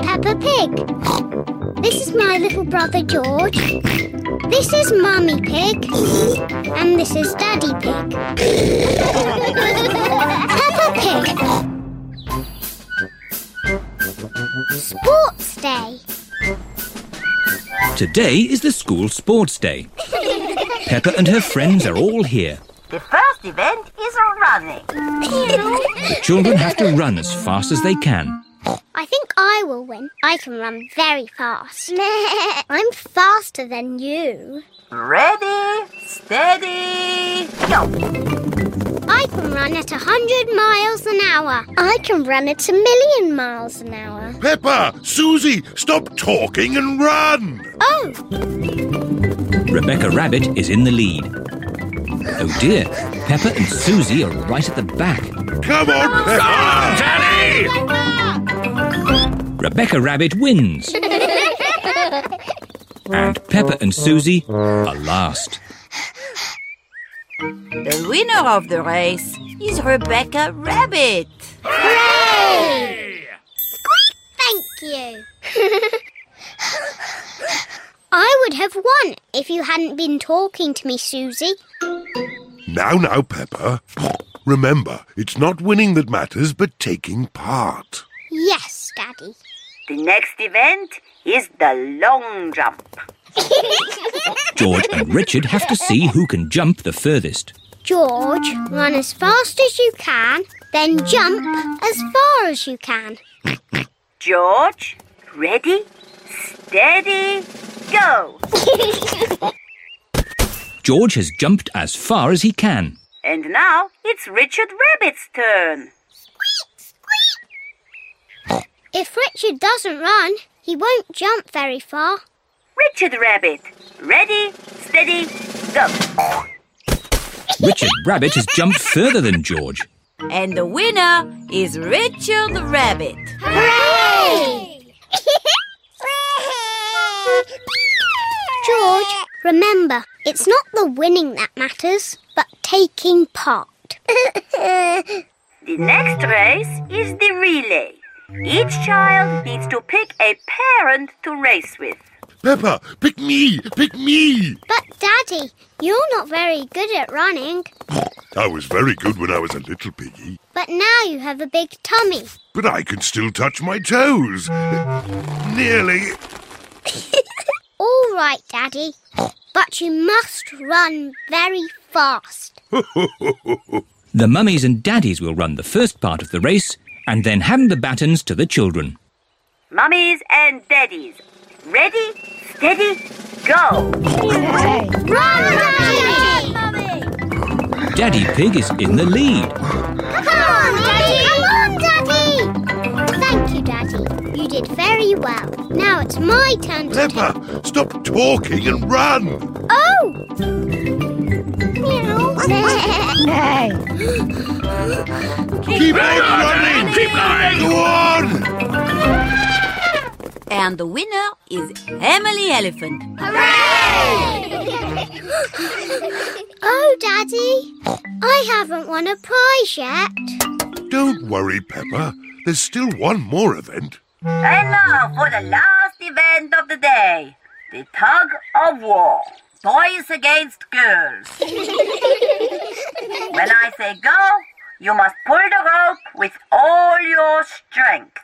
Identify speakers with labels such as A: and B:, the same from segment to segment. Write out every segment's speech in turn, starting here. A: Pig. This is my little brother George. This is Mummy Pig. And this is Daddy Pig. Peppa Pig. Sports Day.
B: Today is the school sports day. Peppa and her friends are all here.
C: The first event is running.
B: The children have to run as fast as they can.
A: I think I will win. I can run very fast. I'm faster than you.
C: Ready, steady, go.
A: I can run at 100 miles an hour. I can run at a million miles an hour.
D: Peppa, Susie, stop talking and run!
A: Oh,
B: Rebecca Rabbit is in the lead. Oh dear, Peppa and Susie are right at the back.
D: Come on, Peppa!
B: Rebecca Rabbit wins. And Peppa and Susie are last.
C: The winner of the race is Rebecca Rabbit.
A: thank you. I would have won if you hadn't been talking to me, Susie.
D: Now, now, Peppa. Remember, it's not winning that matters, but taking part.
A: Yes, Daddy.
C: The next event is the long jump.
B: George and Richard have to see who can jump the furthest.
A: George, run as fast as you can, then jump as far as you can.
C: George, ready, steady, go.
B: George has jumped as far as he can.
C: And now it's Richard Rabbit's turn.
A: If Richard doesn't run, he won't jump very far.
C: Richard Rabbit, ready, steady, go.
B: Richard Rabbit has jumped further than George.
C: And the winner is Richard Rabbit.
A: Hooray! George, remember, it's not the winning that matters, but taking part.
C: The next race is the relay. Each child needs to pick a parent to race with.
D: Peppa, pick me! Pick me!
A: But, Daddy, you're not very good at running,
D: I was very good when I was a little piggy,
A: but now you have a big tummy.
D: but I can still touch my toes. Nearly.
A: All right, Daddy, but you must run very fast.
B: The mummies and daddies will run the first part of the race and then hand the batons to the children.
C: Mummies and daddies, ready, steady, go.
A: Run, Daddy!
B: Daddy Pig is in the lead.
A: Come on, Daddy! Come on, Daddy! Thank you, Daddy. You did very well. Now it's my turn to take.
D: Peppa, stop talking and run!
A: Oh!
D: Keep on running! Keep going! Go on!
C: And the winner is Emily Elephant.
A: oh, Daddy, I haven't won a prize yet.
D: Don't worry, Peppa. There's still one more event.
C: And now for the last event of the day the tug of war. Boys against girls. when I say go, you must pull the rope with all your strength.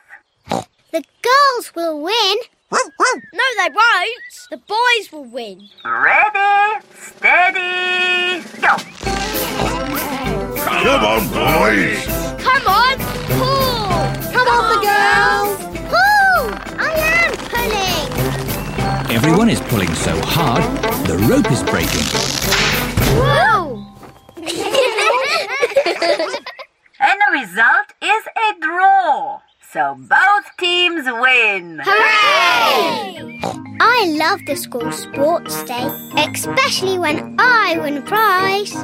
A: The girls will win.
E: No, they won't. The boys will win.
C: Ready, steady, go.
D: Come on, boys!
E: Come on, pull. Come on, the girls.
A: Pull! I am pulling.
B: Everyone is pulling so hard, the rope is breaking.
C: And the result is a draw. So both teams win.
A: I love the school sports day, especially when I win a prize.